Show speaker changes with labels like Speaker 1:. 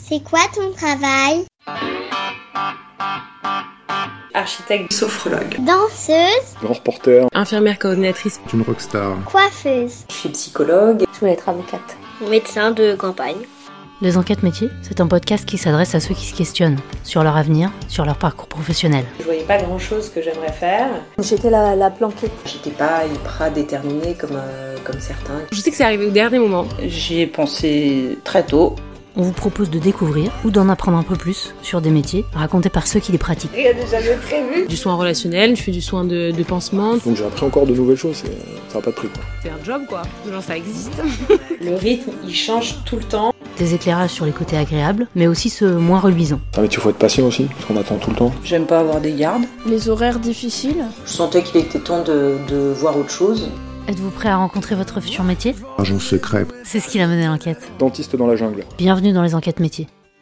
Speaker 1: C'est quoi ton travail
Speaker 2: Architecte, sophrologue.
Speaker 1: Danseuse,
Speaker 3: Grand reporter,
Speaker 4: Infirmière coordinatrice,
Speaker 3: une rockstar.
Speaker 1: coiffeuse,
Speaker 2: Je suis psychologue.
Speaker 5: Je voulais être avocate.
Speaker 1: médecin de campagne.
Speaker 6: Les enquêtes métiers, c'est un podcast qui s'adresse à ceux qui se questionnent sur leur avenir, sur leur parcours professionnel.
Speaker 2: Je voyais pas grand chose que j'aimerais faire.
Speaker 5: J'étais la, la planquette.
Speaker 2: J'étais pas hyper déterminée comme, euh, comme certains.
Speaker 4: Je sais que c'est arrivé au dernier moment.
Speaker 7: J'y ai pensé très tôt.
Speaker 6: On vous propose de découvrir ou d'en apprendre un peu plus sur des métiers racontés par ceux qui les pratiquent.
Speaker 2: Rien de jamais prévu.
Speaker 4: Du soin relationnel, je fais du soin de, de pansement.
Speaker 3: Donc j'ai appris encore de nouvelles choses, c'est- ça n'a pas de prix. quoi.
Speaker 4: C'est un job quoi. Genre ça existe.
Speaker 2: Le rythme, il change tout le temps.
Speaker 6: Des éclairages sur les côtés agréables, mais aussi ceux moins reluisants.
Speaker 3: C'est un métier où faut être patient aussi, parce qu'on attend tout le temps.
Speaker 7: J'aime pas avoir des gardes.
Speaker 8: Les horaires difficiles
Speaker 2: Je sentais qu'il était temps de, de voir autre chose.
Speaker 6: Êtes-vous prêt à rencontrer votre futur métier
Speaker 9: Agent secret.
Speaker 6: C'est ce qui l'a mené à l'enquête.
Speaker 3: Dentiste dans la jungle.
Speaker 6: Bienvenue dans les enquêtes métiers,